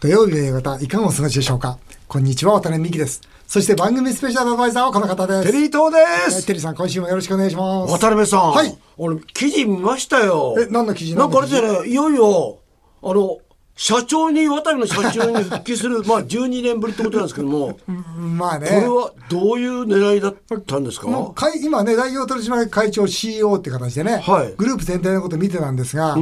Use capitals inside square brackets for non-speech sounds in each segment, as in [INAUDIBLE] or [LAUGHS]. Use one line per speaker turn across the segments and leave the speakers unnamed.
土曜日の夕方、いかがお過ごしでしょうかこんにちは、渡辺美希です。そして番組スペシャルアドバイザーはこの方です。
テリー東で
はい
す
テリーさん、今週もよろしくお願いします。
渡辺さん、
はい。
俺記事見ましたよ
え何の記事
なんかあれ
何の記事
ですねいよいよあの社長に渡辺の社長に復帰
[LAUGHS]
するまあ12年ぶりってことなんですけどもこ
まあね。
れはどういう狙いだったんですか
もう会今ね、代表取締役会長 CEO って形でね、
はい
グループ全体のこと見てたんですが、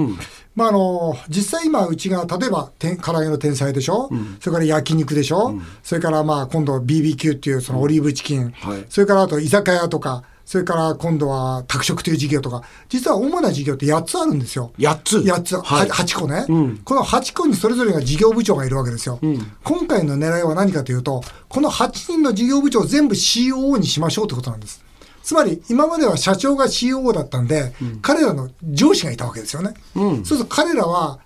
まあ、あの実際今、うちが例えばてん唐揚げの天才でしょ、それから焼肉でしょ、それからまあ今度 BBQ っていうそのオリーブチキン、
はい
それからあと居酒屋とか、それから今度は宅食という事業とか、実は主な事業って8つあるんですよ。
8つ
8つ、
はい
8個ね、この8個にそれぞれが事業部長がいるわけですよ、今回の狙いは何かというと、この8人の事業部長を全部 COO にしましょうということなんです。つまり、今までは社長が COO だったんで、彼らの上司がいたわけですよね。そうすると彼らは、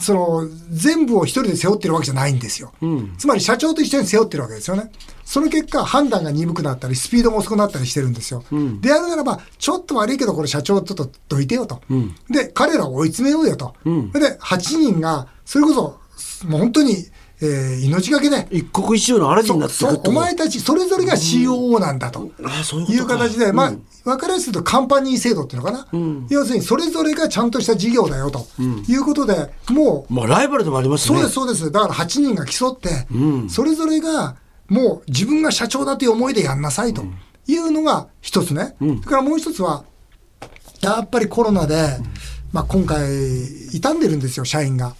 その全部を一人で背負ってるわけじゃないんですよ、つまり社長と一緒に背負ってるわけですよね、その結果、判断が鈍くなったり、スピードも遅くなったりしてるんですよ、であるならば、ちょっと悪いけど、これ、社長、ちょっとどいてよと、で、彼らを追い詰めようよと、で、8人が、それこそ、もう本当に、えー命がけで、
一国一州の嵐になってく
そ
る
う
ってこと
お前たち、それぞれが COO なんだと。
あそういうこと
い
いう
形で、まあ、分かりやすく言うとカンパニー制度っていうのかな、要するにそれぞれがちゃんとした事業だよということで、もう
まあライバルでもあります
そう
ね
です、そうです。だから8人が競って、それぞれがもう自分が社長だという思いでやんなさいというのが一つね。それからもう一つは、やっぱりコロナで、まあ、今回、傷んでるんですよ、社員が。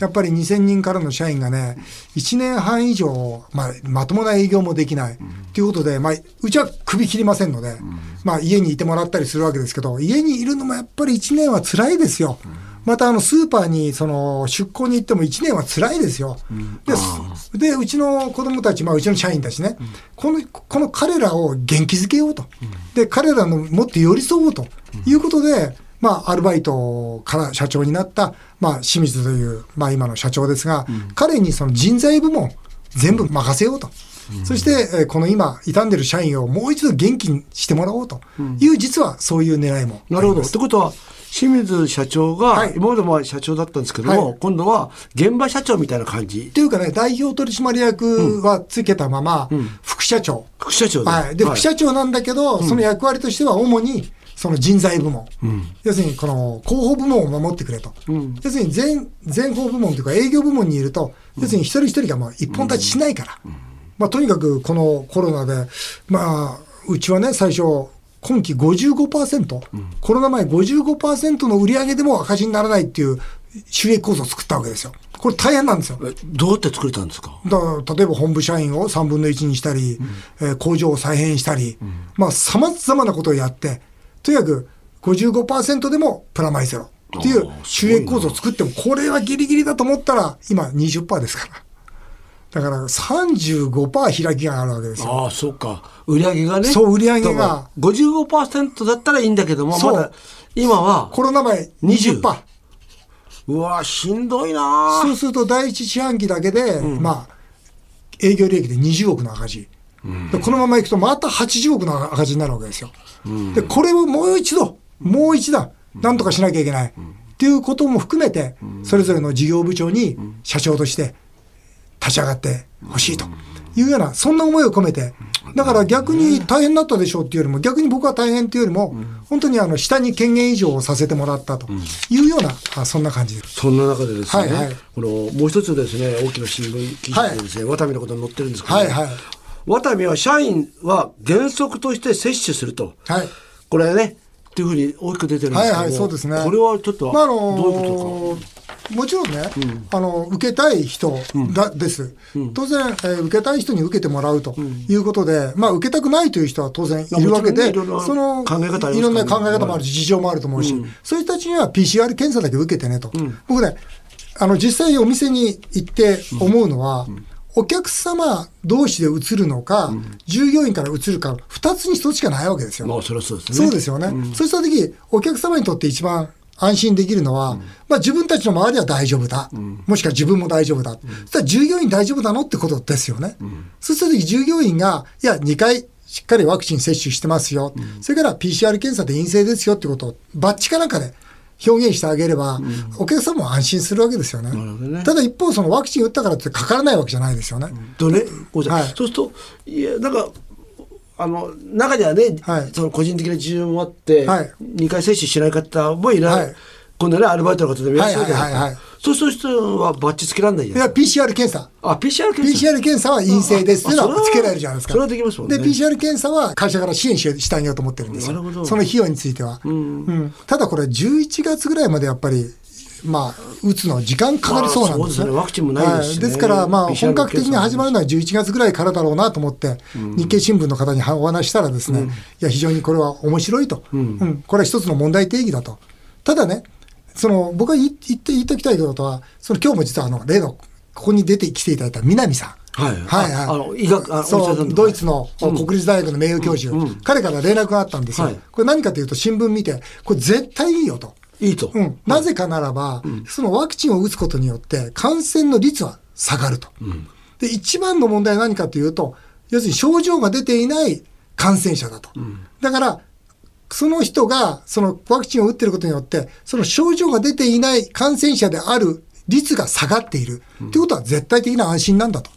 やっぱり2000人からの社員がね、1年半以上、まあ、まともな営業もできない。ということで、まあ、うちは首切りませんので、まあ、家にいてもらったりするわけですけど、家にいるのもやっぱり1年は辛いですよ。またあのスーパーにその出向に行っても1年は辛いですよ。ですでうちの子供たち、まあ、うちの社員たちね、このこの彼らを元気づけようと、で彼らのもっと寄り添おうということで、まあ、アルバイトから社長になった、まあ、清水という、まあ、今の社長ですが、彼にその人材部門全部任せようと。そして、えーこの今、傷んでる社員をもう一度元気にしてもらおうという、実はそういう狙いも
なるほど。ってことは、清水社長
は
が
い、
今までも社長だったんですけども、
はい
今度は現場社長みたいな感じ。
というかね、代表取締役はつけたまま、副社長、
副社長
はい、で、副社長なんだけど、その役割としては主に、その人材部門、要するにこの広報部門を守ってくれと、要するに全全方部門というか営業部門にいると、要するに一人一人がもう一本立ちしないから、まあ、とにかくこのコロナで、まあ、うちはね、最初、今期55%、コロナ前55%の売り上げでも赤字にならないっていう収益構造を作ったわけですよ。これ大変なんですよ。
えどうやって作れたんですか
だから例えば本部社員を3分の1にしたり、えー工場を再編したり、まあ、さまざまなことをやって、とにかく55%でもプラマイゼロっていう
あー
収益構造を作っても、これはギリギリだと思ったら、今20%ですから。だから35%開きがあるわけですよ。
ああ、そうか。売り上げがね。
そう売り上げが
だから55%だったらいいんだけども、
そう
まだ、今は、
コロナ前
20
20%。
うわ、しんどいな
そうすると第一四半期だけで、まあ、営業利益で20億の赤字、でこのままいくとまた80億の赤字になるわけですよ。でこれをもう一度もう一段なんとかしなきゃいけない、っていうことも含めて、それぞれの事業部長に社長として立ち上がってほしいというようなそんな思いを込めてだから逆に大変だったでしょうっていうよりも逆に僕は大変っていうよりも本当にあの下に権限以上をさせてもらったというようなあそんな感じです。
そんな中でですね、
はいはい
このもう一つですね、大きな新聞記事でですね、渡辺のことに載ってるんですけど、
はいはい
ワタミは社員は原則として接種すると、
はい
これね、っていうふうに大きく出てるんですけども、
はいはいそうですね
これはちょっと、
まああの
どういうことか。
もちろんね、あの受けたい人だ、です、当然、えー受けたい人に受けてもらうということで、まあ、受けたくないという人は当然いるわけで、
まあもちろんねいろいろ
その
考え方ありますからね
いろんな考え方もあるし、事情もあると思うし、そういう人たちには PCR 検査だけ受けてねと、僕ねあの、実際お店に行って思うのは、お客様同士で移るのか、従業員から移るか、2つに1つしかないわけですよ。
まあ、それはそうですね。
そうですよね。そうした時、お客様にとって一番安心できるのは、まあ自分たちの周りは大丈夫だ。もしくは自分も大丈夫だ。そしたら従業員大丈夫なのってことですよね。そうした時、従業員が、いや、2回、しっかりワクチン接種してますよ。それから PCR 検査で陰性ですよってことを、バッチかなんかで、表現してあげれば、お客さんも安心するわけですよね。
なるほどね
ただ一方、そのワクチン打ったからってかからないわけじゃないですよね。
どれごめんなさい
はい
そうするといやなんかあの中ではね、
はい
その個人的な事情もあって、
はい
2回接種しない方もいら
はい
今度ねアルバイトの方でもいらっしゃるじゃない
はいはいはい
ですかそうする人はバッチつけられないじゃ
い
ない
や、
です
PCR 検査。
かあ PCR 検査
PCR 検査は陰性ですっていうの
あ
は
あ
つけられるじゃないですか。
それはできますもんね
で、PCR 検査は会社から支援ししてあげようと思ってるんですよ。
なるほど
その費用については。うんただこれ、11月ぐらいまでやっぱり、まあ、打つの時間かかりそうなんです
まあそうですねワクチンもないですしね
はいですから、まあ、
PCR
本格的に始まるのは11月ぐらいからだろうなと思って、日経新聞の方にお話ししたらですね、いや、非常にこれは面白いと。うんこれは一つの問題定義だと。ただね、その、僕が言って、言って、言っておきたいことは、その、今日も実はあの、例の、ここに出てきていただいた南さん。
はい
はいはい。
ああの医学あお医
そ
者さん
う、
の
ドイツの国立大学の名誉教授、彼から連絡があったんですよ。
はい
これ何かというと新聞見て、これ絶対いいよと。
いいと、
うん、なぜかならば、そのワクチンを打つことによって感染の率は下がると、で一番の問題は何かというと要するに症状が出ていない感染者だと、だからその人がそのワクチンを打ってることによってその症状が出ていない感染者である率が下がっている、ということは絶対的な安心なんだと、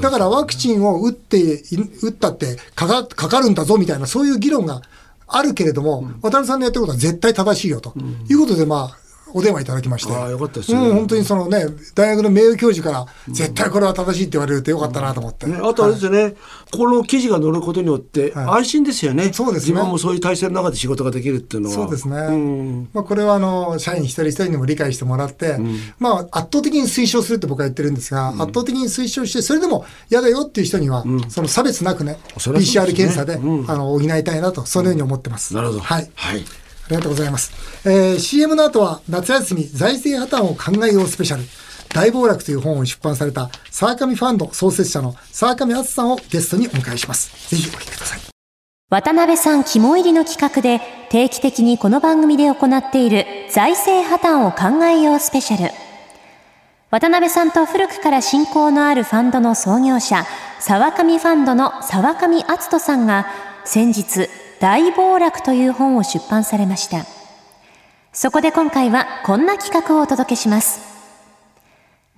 だからワクチンを打ってい打ったってかかかかるんだぞみたいなそういう議論があるけれども、渡辺さんのやってることは絶対正しいよと、いうことで、まあ、お電話いただきまして。
ああよかったですね
うん、本当にそのね、大学の名誉教授から、絶対これは正しいって言われるとよかったなと思って。
ね、あとあれですよね、この記事が載ることによって安心ですよね、
そうですね
自分もそういう体制の中で仕事ができるっていうのは
そうですね。
ん
まあ、これはあの社員一人一人にも理解してもらって、まあ、圧倒的に推奨するって僕は言ってるんですが、圧倒的に推奨して、それでも嫌だよっていう人には、その差別なくね、
そりゃそう
PCR
ですね
検査で、あの補いたいなと、そのように思ってます。
なるほど
はい。
はい
ありがとうございます。えー CM の後は夏休み財政破綻を考えようスペシャル。大暴落という本を出版された沢上ファンド創設者の沢上敦さんをゲストにお迎えします。ぜひお聞きください。
渡辺さん肝入りの企画で定期的にこの番組で行っている財政破綻を考えようスペシャル。渡辺さんと古くから親交のあるファンドの創業者、沢上ファンドの沢上篤人さんが先日、大暴落という本を出版されました。そこで今回はこんな企画をお届けします。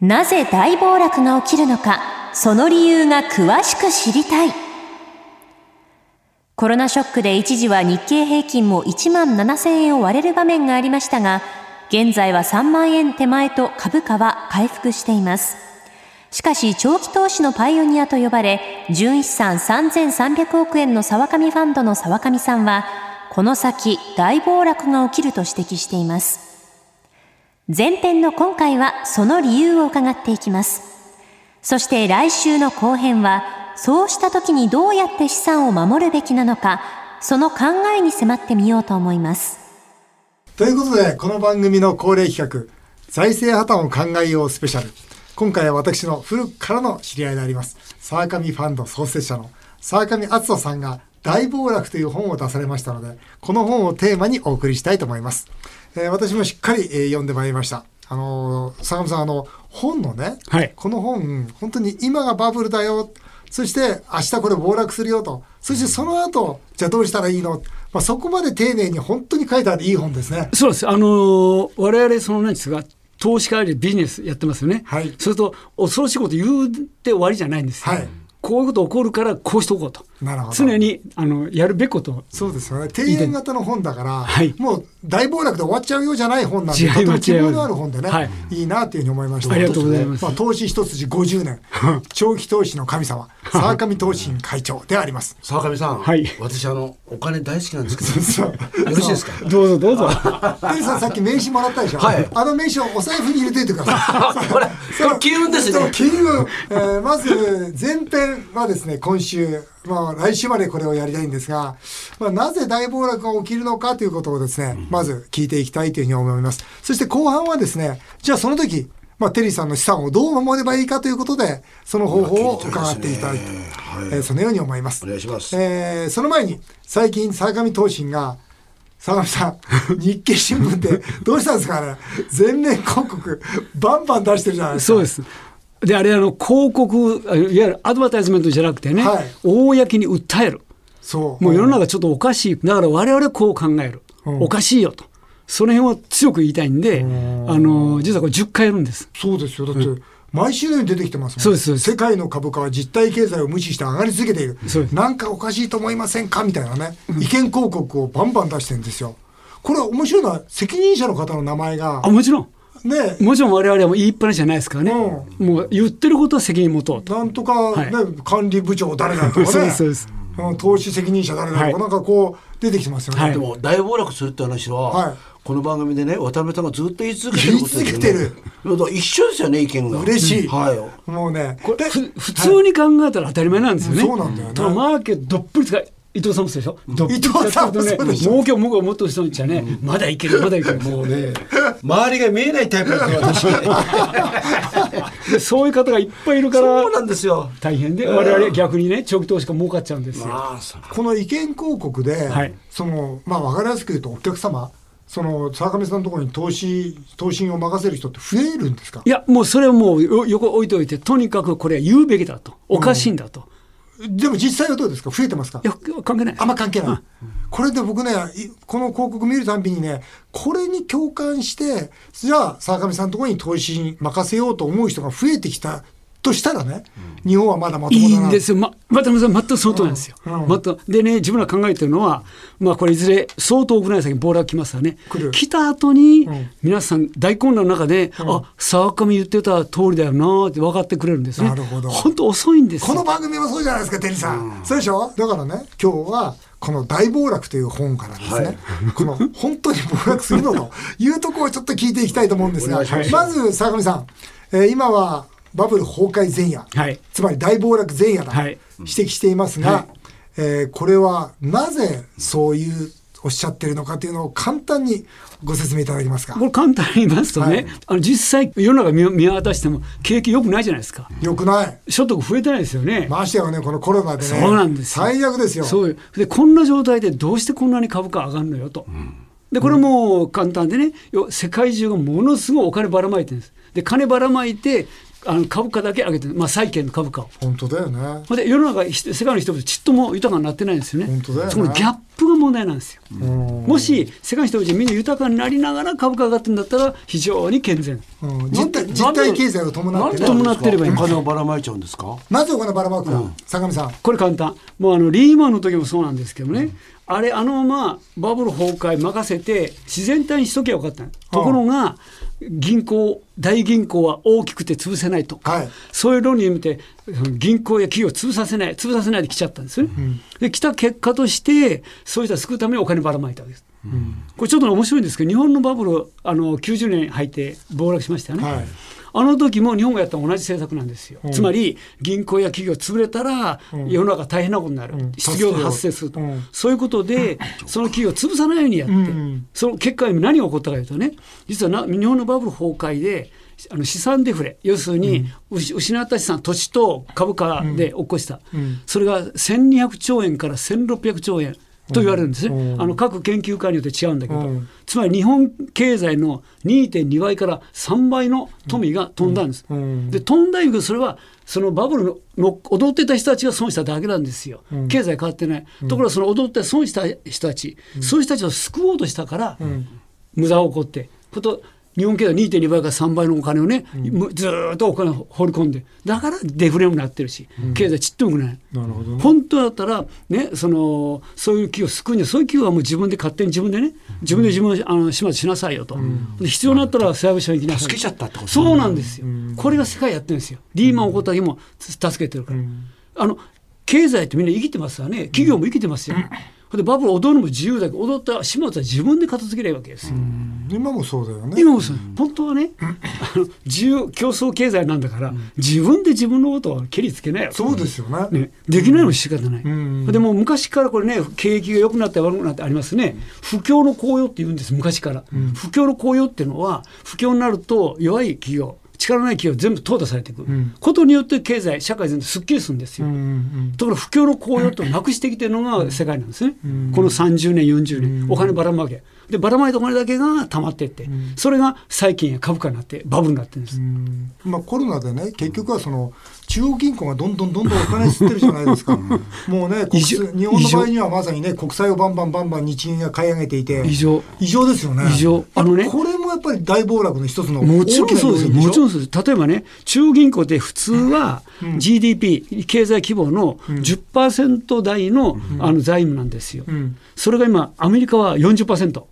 なぜ大暴落が起きるのか、その理由が詳しく知りたい。コロナショックで一時は日経平均も1万7000円を割れる場面がありましたが、現在は3万円手前と株価は回復しています。しかし、長期投資のパイオニアと呼ばれ、純資産3300億円の沢上ファンドの沢上さんは、この先大暴落が起きると指摘しています。前編の今回はその理由を伺っていきます。そして来週の後編は、そうした時にどうやって資産を守るべきなのか、その考えに迫ってみようと思います。
ということで、この番組の恒例企画、財政破綻を考えようスペシャル。今回は私の古くからの知り合いであります、沢上ファンド創設者の沢上敦人さんが大暴落という本を出されましたので、この本をテーマにお送りしたいと思います。えー私もしっかり、えー読んでまいりました。あのー沢上さん、あの、本のね、
はい
この本、本当に今がバブルだよ。そして明日これ暴落するよと。そしてその後、じゃあどうしたらいいの。まあ、そこまで丁寧に本当に書いてあるいい本ですね。
そうです。あのー我々その何ですか投資家よりビジネスやってますよね。
はい
それと恐ろしいこと言うて終わりじゃないんですよ。
はい
こういうこと起こるからこうしておこうと。
なるほど
常にあのやるべきことを。
そうですよね。提言型の本だから、
はい
もう大暴落で終わっちゃうようじゃない本なんで、
違います
とても希
違いま
望
す
のある本でね、
はい
い、いなというふうに思いました。
ありがとうございます
あ、投資一筋50年、
[LAUGHS]
長期投資の神様、沢上投信会長であります。
沢上さん、
はい
私あのお金大好きなんですけど
そう [LAUGHS]
よろしいですか
どうぞどうぞ。
テリーさんさっき名刺もらったでしょ、
はい
あの名刺をお財布に入れていてください
[LAUGHS] これこれ金運ですね
そう金運、えーまず前編はですね今週まあ来週までこれをやりたいんですが、まあ、なぜ大暴落が起きるのかということをですね、まず聞いていきたいというふうに思いますそして後半はですねじゃあその時まあ、テリーさんの資産をどう守ればいいかということで、その方法を伺っていただいて、えーそのように思います。
お願いします
えーその前に、最近、坂上東進が、坂上さ
[LAUGHS]
ん、日経新聞ってどうしたんですかね全面広告、バンバン出してるじゃないですか。
そうです。で、あれ、あの、広告、あいわゆるアドバタイズメントじゃなくてね、
はい
公に訴える。
そう。
もう世の中ちょっとおかしい。だから我々はこう考える。
うん
おかしいよと。その辺を強く言いたいんで、あの、実はこれ10回やるんです。
そうですよ。だって、毎週のように出てきてますもん。
そうですそうです
世界の株価は実体経済を無視して上がり続けている
そうで。す
なんかおかしいと思いませんかみたいなね、意見広告をバンバン出してるんですよ。これは面白いのは、責任者の方の名前が
あ、、もちろん。
ね、
もちろん我々はもう言いっぱなしじゃないですからね。もう言ってることは責任持とうと。
なんとか、ね管理部長誰だと
[LAUGHS] そ
か
うで
ね
すそうです
うん投資責任者誰だとか、
はい
なんかこう出てきてますよね。
はい
でも大暴落するって話は、
はい
この番組でね渡辺さんがずっと言い続けてることですよね
言い続けて
だから一緒ですよね意見が
嬉しい、
うんはい
もうね
こ
で
れふ普通に考えたら当たり前なんですよね。
そうなんだよね
たマーケットどっぷり使い伊藤さんもそうでしょ。どっぷり使ってると
伊藤さんもそうで
ね、
しょ
儲けを儲けをもっと人にじゃね、まだいけるまだいける。もうね、
周りが見えないタイプだ
[LAUGHS]
から私
でそういう方がいっぱいいるか
そうな
ら
んですよ
大変で、我々は逆にね長期投資家儲かっちゃうんですよ。
ああそう
この意見広告で、
はい
そのまあ分かりやすく言うとお客様その坂上さんのところに投資投資を任せる人って増えるんですか
いやもうそれはもうよ横置いておいてとにかくこれは言うべきだとおかしいんだと、
でも実際はどうですか増えてますか
いや関係ない
あんま関係ない。これで僕ね、いこの広告見るたんびにね、これに共感して、じゃあ、沢上さんのところに投資に任せようと思う人が増えてきたとしたらね、日本はまだまとも
いい
だな。
んですよ、ま、渡辺さん、全くその通りなんですよ。
うんうん
またでね、自分ら考えてるのは、まあ、これ、いずれ相当ぐらい先に暴落来ますわね
来る、
来た後に、
ん
皆さん、大混乱の中で、あ沢上言ってた通りだよなって分かってくれるんですね。
なるほど
本当、遅いんですよ
この番組もそうじゃないですか、テリーさん。そうでしょだからね、今日は、この大暴落という本からですね、
[LAUGHS]
この本当に暴落するのというところをちょっと聞いていきたいと思うんですが、まず、坂上さん、えー今はバブル崩壊前夜、
はい
つまり大暴落前夜だと
はい
指摘していますが、えーこれはなぜそういうおっしゃってるのかというのを簡単にご説明いただけますか
こ。れ簡単に言いますとね、
はい
あの実際、世の中見見渡しても、景気良くないじゃないですか、
よくない。
所得増えてないですよね、
ましてよね、このコロナでね。
そうなんですよ
最悪ですよ。
そうよでこんな状態でどうしてこんなに株価上がるのよと、でこれもう簡単でねよ世界中がものすごいお金ばらまいてるんですで金ばらまいてあの株価だけ上げてる、まあ、債券の株価を。
本当だよね。
ほんで世の中ひ世界の人々ちっとも豊かになってないんですよね
本当だよね
そのギャップが問題なんですよ、もし世界の人々みんな豊かになりながら株価上がってるんだったら非常に健全、
うん
な
実
んで
体実体経済を伴って
な
ね
んで伴ってればいい
お
んです
金をばらまいちゃうんですか
なぜお金ばらまくか、坂上さん。
これ簡単もうあのリーマンの時もそうなんですけどね、あれあのままバブル崩壊任せて自然体にしときゃよかったのところが銀行大銀行は大きくて潰せないとか、
はい
そういう論理を見てその銀行や企業を潰させない潰させないで来ちゃったんですよね、で来た結果としてそういう人を救うためにお金ばらまいたわけです、これちょっとね面白いんですけど日本のバブルあの90年入って暴落しましたよね、
はい
あの時も日本がやったの同じ政策なんですよ、つまり銀行や企業潰れたら世の中大変なことになる、失業が発生すると、
うん
そういうことで、その企業を潰さないようにやって、
うん
その結果、何が起こったかというとね、実はな日本のバブル崩壊で、あの資産デフレ、要するに、うし失った資産、土地と株価で起こした、それが1200兆円から1600兆円と言われるんですね、あの各研究家によって違うんだけど、
うん
つまり日本経済の2.2倍から3倍の富が飛んだんです。
うん
で飛んだいうけどそれはそのバブルのの踊ってた人たちが損しただけなんですよ、経済変わってない、ところがその踊って損した人たち、そういう人たちを救おうとしたから、無駄が起こってこと日本経済2.2倍から3倍のお金をね、むずーっとお金を放り込んでだからデフレになってるし、経済ちっとも良くない。
なるほどね
本当だったら、ね、そのそういう企業を救うんじゃそういう企業はもう自分で勝手に自分でね自分で自分のあの始末しなさいよと、で必要になったら裁判所に行きなさい
助けちゃったってこと
そうなんですよ、これが世界やってるんですよリーマン起こった時もつ助けてるから、あの経済ってみんな生きてますわね企業も生きてますよ、ほんでバブル踊るのも自由だけど踊ったら始末は自分で片付ければいいわけですよ、
今もそうだよね。
今もそう本当はね、あの自由競争経済なんだから、自分で自分のことをけりつけないよ
そうですよね。
ね、できないのも仕方ない、
ん
でも昔からこれね景気が良くなって悪くなってありますね不況の効用って言うんです昔から、不況の効用っていうのは不況になると弱い企業力のない企業全部淘汰されていく、ことによって経済社会全体すっきりするんですよ、
うんうん
ところが不況の効用となくしてきてるのが世界なんですね、この30年40年、お金ばらまけでばらまいたお金だけが溜まってって、それが債券や株価になってバブルになってるんです、
まあ、コロナでね、結局はその中央銀行がどんどんどんどんお金吸ってるじゃないですか、もうね、国
異常
債日本の場合にはまさにね、国債をバンバンバンバン日銀が買い上げていて、
異常
異常ですよね、
異常あのね
これもやっぱり大暴落の一つの
もちろんそうですよ、
大きな要因しょ
もちろんそうです、例えばね、中央銀行って普通は GDP、経済規模の10%台の,、あの財務なんですよ、
ん
それが今、アメリカは40%、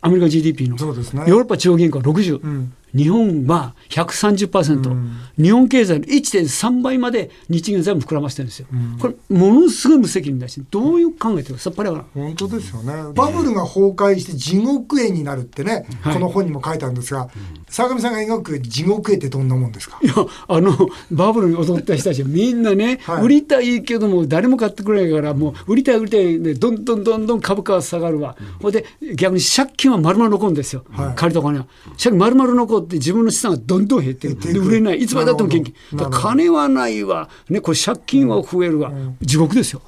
アメリカ GDP の、
そうですね
ヨーロッパ中央銀行は60、
ん
日本は130%、日本経済の1.3倍まで日銀財務膨らましてるんですよ、これ、ものすごい無責任だし、どういう考えてるさっぱりわからん。
本当ですよね。バブルが崩壊して地獄絵になるってね、この本にも書いてあるんですが、坂上さんが描く地獄絵ってどんなもんですか
いやあのバブルに踊った人たちはみんなね、
はい
売りたいけども誰も買ってくれないからもう売りたい売りたいでどんどんどんどん株価は下がるわ、ほんで逆に借金は丸々残るんですよ、
はい
借りたお金は借金丸々残って自分の資産がどんどん減ってる
減っていく
で売れないいつまでたっても現金
なるほど
だから金はないわ、ね、これ借金は増えるわ、地獄ですよ、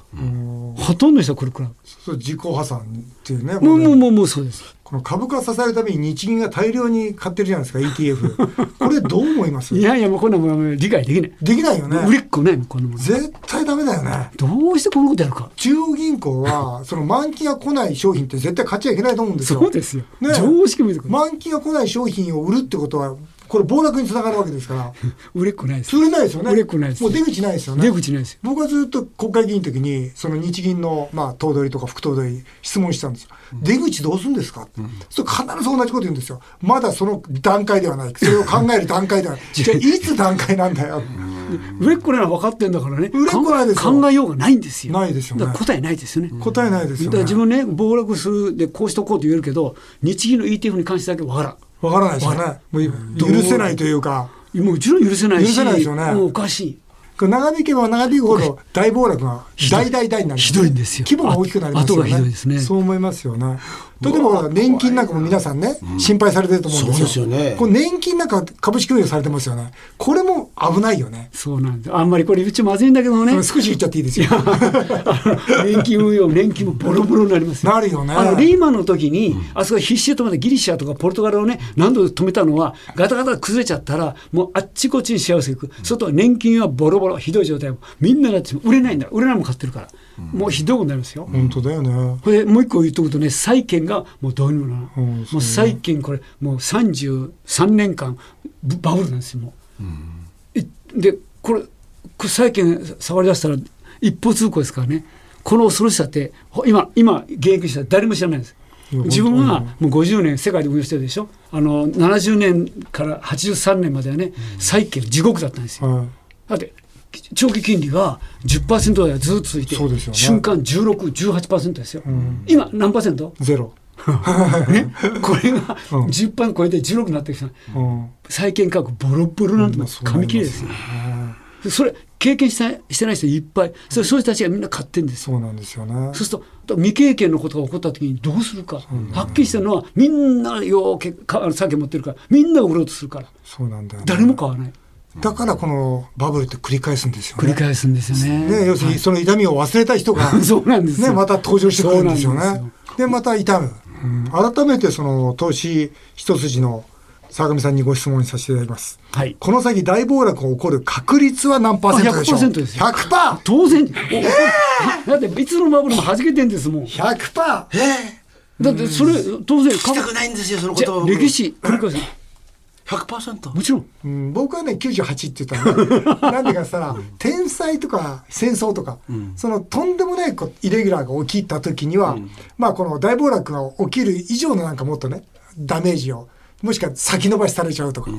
ほとんどの人はこれくらい
そう自己破産っていうね。
も
も
う
うね
もうもうもうそうです
この株価を支えるために日銀が大量に買ってるじゃないですか、ETF。こ [LAUGHS] れどう思います
いやいやもうこんなもん理解できない、
できないよね。
売れっ子ないもんこんなもん
絶対ダメだよね。
どうしてこんなことやるか
中央銀行は、その満期が来ない商品って絶対買っちゃいけないと思うんですよ。
そうですよ、
ね
常識見てくる
満期が来ない商品を売るってことは、これ暴落につながるわけです [LAUGHS] から、
売れっ子ないです
それないですよね。
売れっ子ないです
もう出口ないですよね。
出口ないですよ。
僕はずっと国会議員の時にその日銀の、まあ、頭取とか副頭取質問してたんですよ、出口どうするんですか、そう必ず同じこと言うんですよまだその段階ではないそれを考える段階で [LAUGHS] はないじゃあいつ段階なんだよ、
売れっ子なら分かってんだからね。
売れっ子なんですよ
考え考えようがないんですよ。
ないですよね
だから答えないですよね。
答えないです
だ
よ
から
ね
自分ね、暴落するでこうしとこうと言えるけど、日銀の ETF に関してだけ分からん。
わからないですよねもう許せないというか
もうもちろん許せないし、
許せないですよね
もうおかしい。
これ長引けば長引くほど大暴落が大大大になる
ひどいんですよ
規模が大きくなりますよね
あ後がひどいですね
そう思いますよね例えば年金なんかも皆さんね心配されてると思うんですよ
そうですよね
これ年金なんか株式運用されてますよねこれも危ないよね
そうなんです。あんまりこれ言っちゃまずいんだけどもね。
少し言っちゃっていいですよ。
あの [LAUGHS] 年金運用、年金もボロボロになりますよ。
なるよね
あのリーマンの時に、あそこ必死で止めたギリシアとかポルトガルをね、何度止めたのは、ガタガタ崩れちゃったら、もうあっちこっちに幸せいく。外は年金はボロボロ、ひどい状態も、みんななってしまう売れないんだ。売れないもん買ってるから。もうひどくなりますよ。
本当だよね。
これもう一個言っとくとね、債券がもうどうにもならん
うん
もう債券これ、もう33年間、ぶバブルなんですよ、もう。いで、これ、これ債券触り出したら一方通行ですからね。この恐ろしさって、ほ今、今、現役したら誰も知らないんです。
いや
自分
本当
はもう50年世界で運用してるでしょあの70年から83年まではね債券地獄だったんですよ
は
だって長期金利が10%台がずっと続いて、
そうですよね
瞬間16、18%ですよ、今、何パーセント、
[LAUGHS] い。ゼロ。
ね、これが
うん
10%超えて16になってきた、
うん。
債券価格ボロボロなんて、
まあそうなります
紙切れですよ、それ、経験したしてない人いっぱい、それそういう人たちがみんな買ってるんです
そ
よ。
うなんですよね。
そうすると未経験のことが起こった時にどうするか、はっきりしてるのはみんなようけかあの酒持ってるからみんなが売ろうとするから
そうなんだよね、
誰も買わない
だからこのバブルって繰り返すんですよね。
繰り返すんですよね。、
ね、要するにその痛みを忘れた人が
[LAUGHS] そうなんですよ
ね、また登場してくるんですよ
そうなん
ね。でまた痛む。改めてその投資一筋の坂上さんにご質問させていただきます。
はい
この先大暴落が起こる確率は何パーセントでしょう
あ100%ですよ
100パー
当然、おだっていつのバブルも弾けてんですもん。
!100 パー
え
だってそれ当然
ー、聞きたくないんですよ、その
じ
言
ゃ
葉
あ
を。
歴史繰り返す。
100%。
もちろん
うん、僕はね98って言ったの [LAUGHS] なんでかさ天災とか戦争とか、そのとんでもないこうイレギュラーが起きた時には、まあこの大暴落が起きる以上のなんかもっとねダメージをもしくは先延ばしされちゃうとか、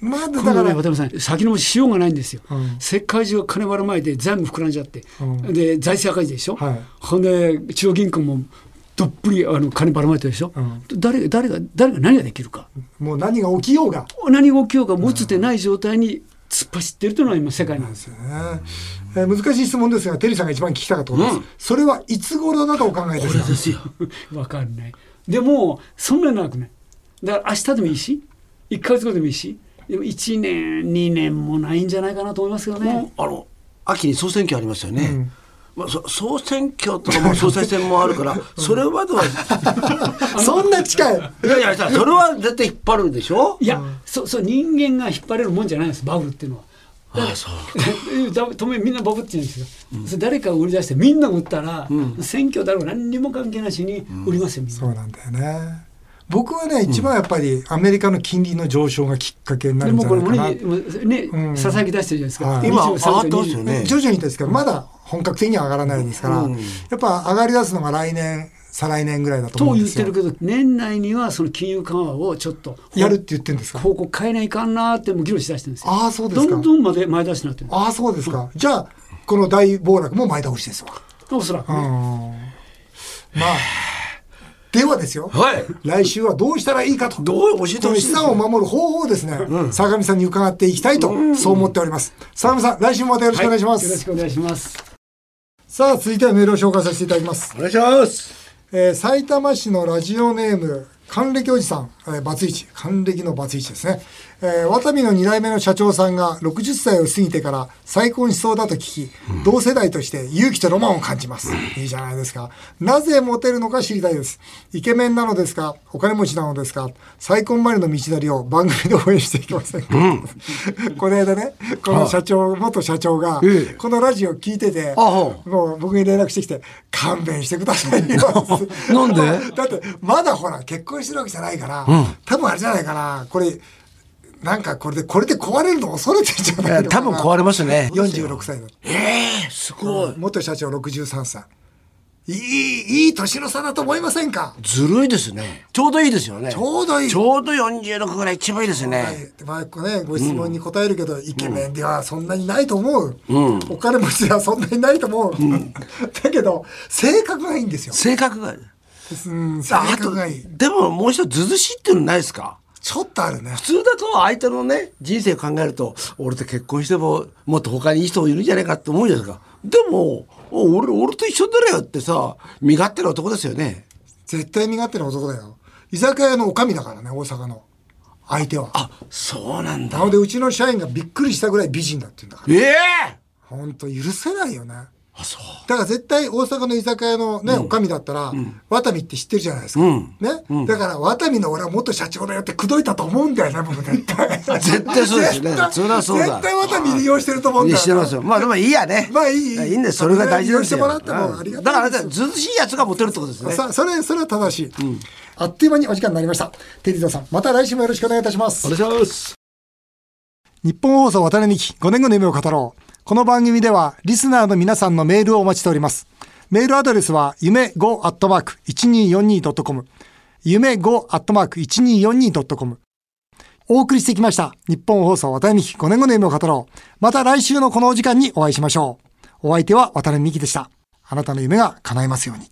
まだだ
今度
か
ね
ら、
渡辺さん先のもしようがないんですよ、
ん
世界中が金ばらまいて財務膨らんじゃって、
ん
で財政赤字でしょ、
はい
ほんで中央銀行もどっぷりあの金ばらまいてるでしょ、
ん
誰誰が誰が何ができるか
もう何が起きようが
何が起きようか持つてない状態に突っ走ってるというのは今世界なんです
ですよね、えー難しい質問ですがテリーさんが一番聞きたかったことです、それはいつ頃だとお考えですか
ですよ。
[LAUGHS] わかんない。でも、そんなに長くない。だから明日でもいいし、1ヶ月後でもいいし、でも1年2年もないんじゃないかなと思いますけどね、
もうあの秋に総選挙ありますよね、まあ、そ総選挙とかも総裁選もあるから、それまでは [LAUGHS]
そんな近い。
いやいやさそれは絶対引っ張るでしょ
いや、そうそう人間が引っ張れるもんじゃないんですバブル
[LAUGHS]
っていうのは。
ああそう
だとめみんなバブって言うんですよ、それ誰かが売り出してみんな売ったら、選挙だろう何にも関係なしに売りますよみんな、
そうなんだよね。僕はね、一番やっぱりアメリカの金利の上昇がきっかけにな
で
るん
も
じゃ
これも
ない
ね
か
もうね、
ん
ささやき出してるじゃない
はい
ですか、
今
23
上
歳
がってますよね
な。徐々にですけど、まだ本格的には上がらないですから、やっぱ上がり出すのが来年、再来年ぐらいだと
と
思うん
言
で
っ
す
て
よ。
るけど年内にはその金融緩和をちょっと
やるって言ってるんですか
方向変えないかんなーってもう議論しだしてるんですよ
ああ、そうです
ど
か
ん。どんまで前出しになってる
ああ、そうですか。じゃあ、この大暴落も前倒しですわ。
おそら
う
く、
ん。
ね
まあ、ではですよ。
はい
来週はどうしたらいいかと。
どう教えて
この
ほしい
資産を守る方法をですね、相模さんに伺っていきたいと、そう思っております。相模さん、来週もまたよろしくお願いします。
よろしくお願いします
さあ、続いてはメールを紹介させていただきます。
お願いします
えー、埼玉市のラジオネーム、還暦おじさん、えー、バツイチ、還暦のバツイチですね。えー、ワタミの2代目の社長さんが60歳を過ぎてから再婚しそうだと聞き、同世代として勇気とロマンを感じます。いいじゃないですか。なぜモテるのか知りたいです。イケメンなのですかお金持ちなのですか再婚までの道のりを番組で応援していきませんか、 [LAUGHS] この間ね、この社長、元社長が、
ええ
このラジオ聞いてて、
あはあ
もう僕に連絡してきて、勘弁してくださいよ。
[LAUGHS] なんで
だって、まだほら、結婚してるわけじゃないから、多分あれじゃないかな、これ、なんかこれで、これで壊れるの恐れてんじゃないのかな。れ
れますね
46歳だ
ええすごい
元社長63歳。いい、いい年の差だと思いませんか
ずるいですねちょうどいいですよねち
ょうどいい
ちょうど46ぐらい一番いいですね、
はい、まあこうね、ご質問に答えるけど、イケメンではそんなにないと思う、お金持ちではそんなにないと思う、 [LAUGHS] だけど性格がいいんですよ、
性格が
うん、性
ああ
格
と
がいい
でももう一つずずしいっていうのないですか
ちょっとあるね
普通だと相手のね人生を考えると俺と結婚してももっと他にいい人いるんじゃないかって思うじゃないですかでもお俺俺と一緒だよってさ身勝手な男ですよね
絶対身勝手な男だよ居酒屋の女将だからね大阪の相手は
あそうなん
な
だ
のでうちの社員がびっくりしたぐらい美人だって言うんだから
ええ
ほんと許せないよね
あそう
だから絶対大阪の居酒屋のね、おかみだったら、ワタミって知ってるじゃないですか。
ん
ね、だから、ワタミの俺は元社長だよって口説いたと思うんだよね、僕絶対。
絶対そうですね
絶対
それはそうだ
絶対ワタミ利用してると思うん
い
だよ。
やしてますよまあでもいいやね
まあいいいい
いいんですそれが大事ですよ
利用してもらってもありがたいですよ
だからあれだよずずしいやつがモテるってことですね
さあ、それ、それは正しい。あっという間にお時間になりました。テリーさん、また来週もよろしくお願いいたします。
願いします
日本放送渡辺美希5年後の夢を語ろう。この番組ではリスナーの皆さんのメールをお待ちしております。メールアドレスは夢 5-1242.com 夢 5-1242.com お送りしてきました。日本放送渡辺美希5年後の夢を語ろう。また来週のこのお時間にお会いしましょう。お相手は渡辺美希でした。あなたの夢が叶いますように。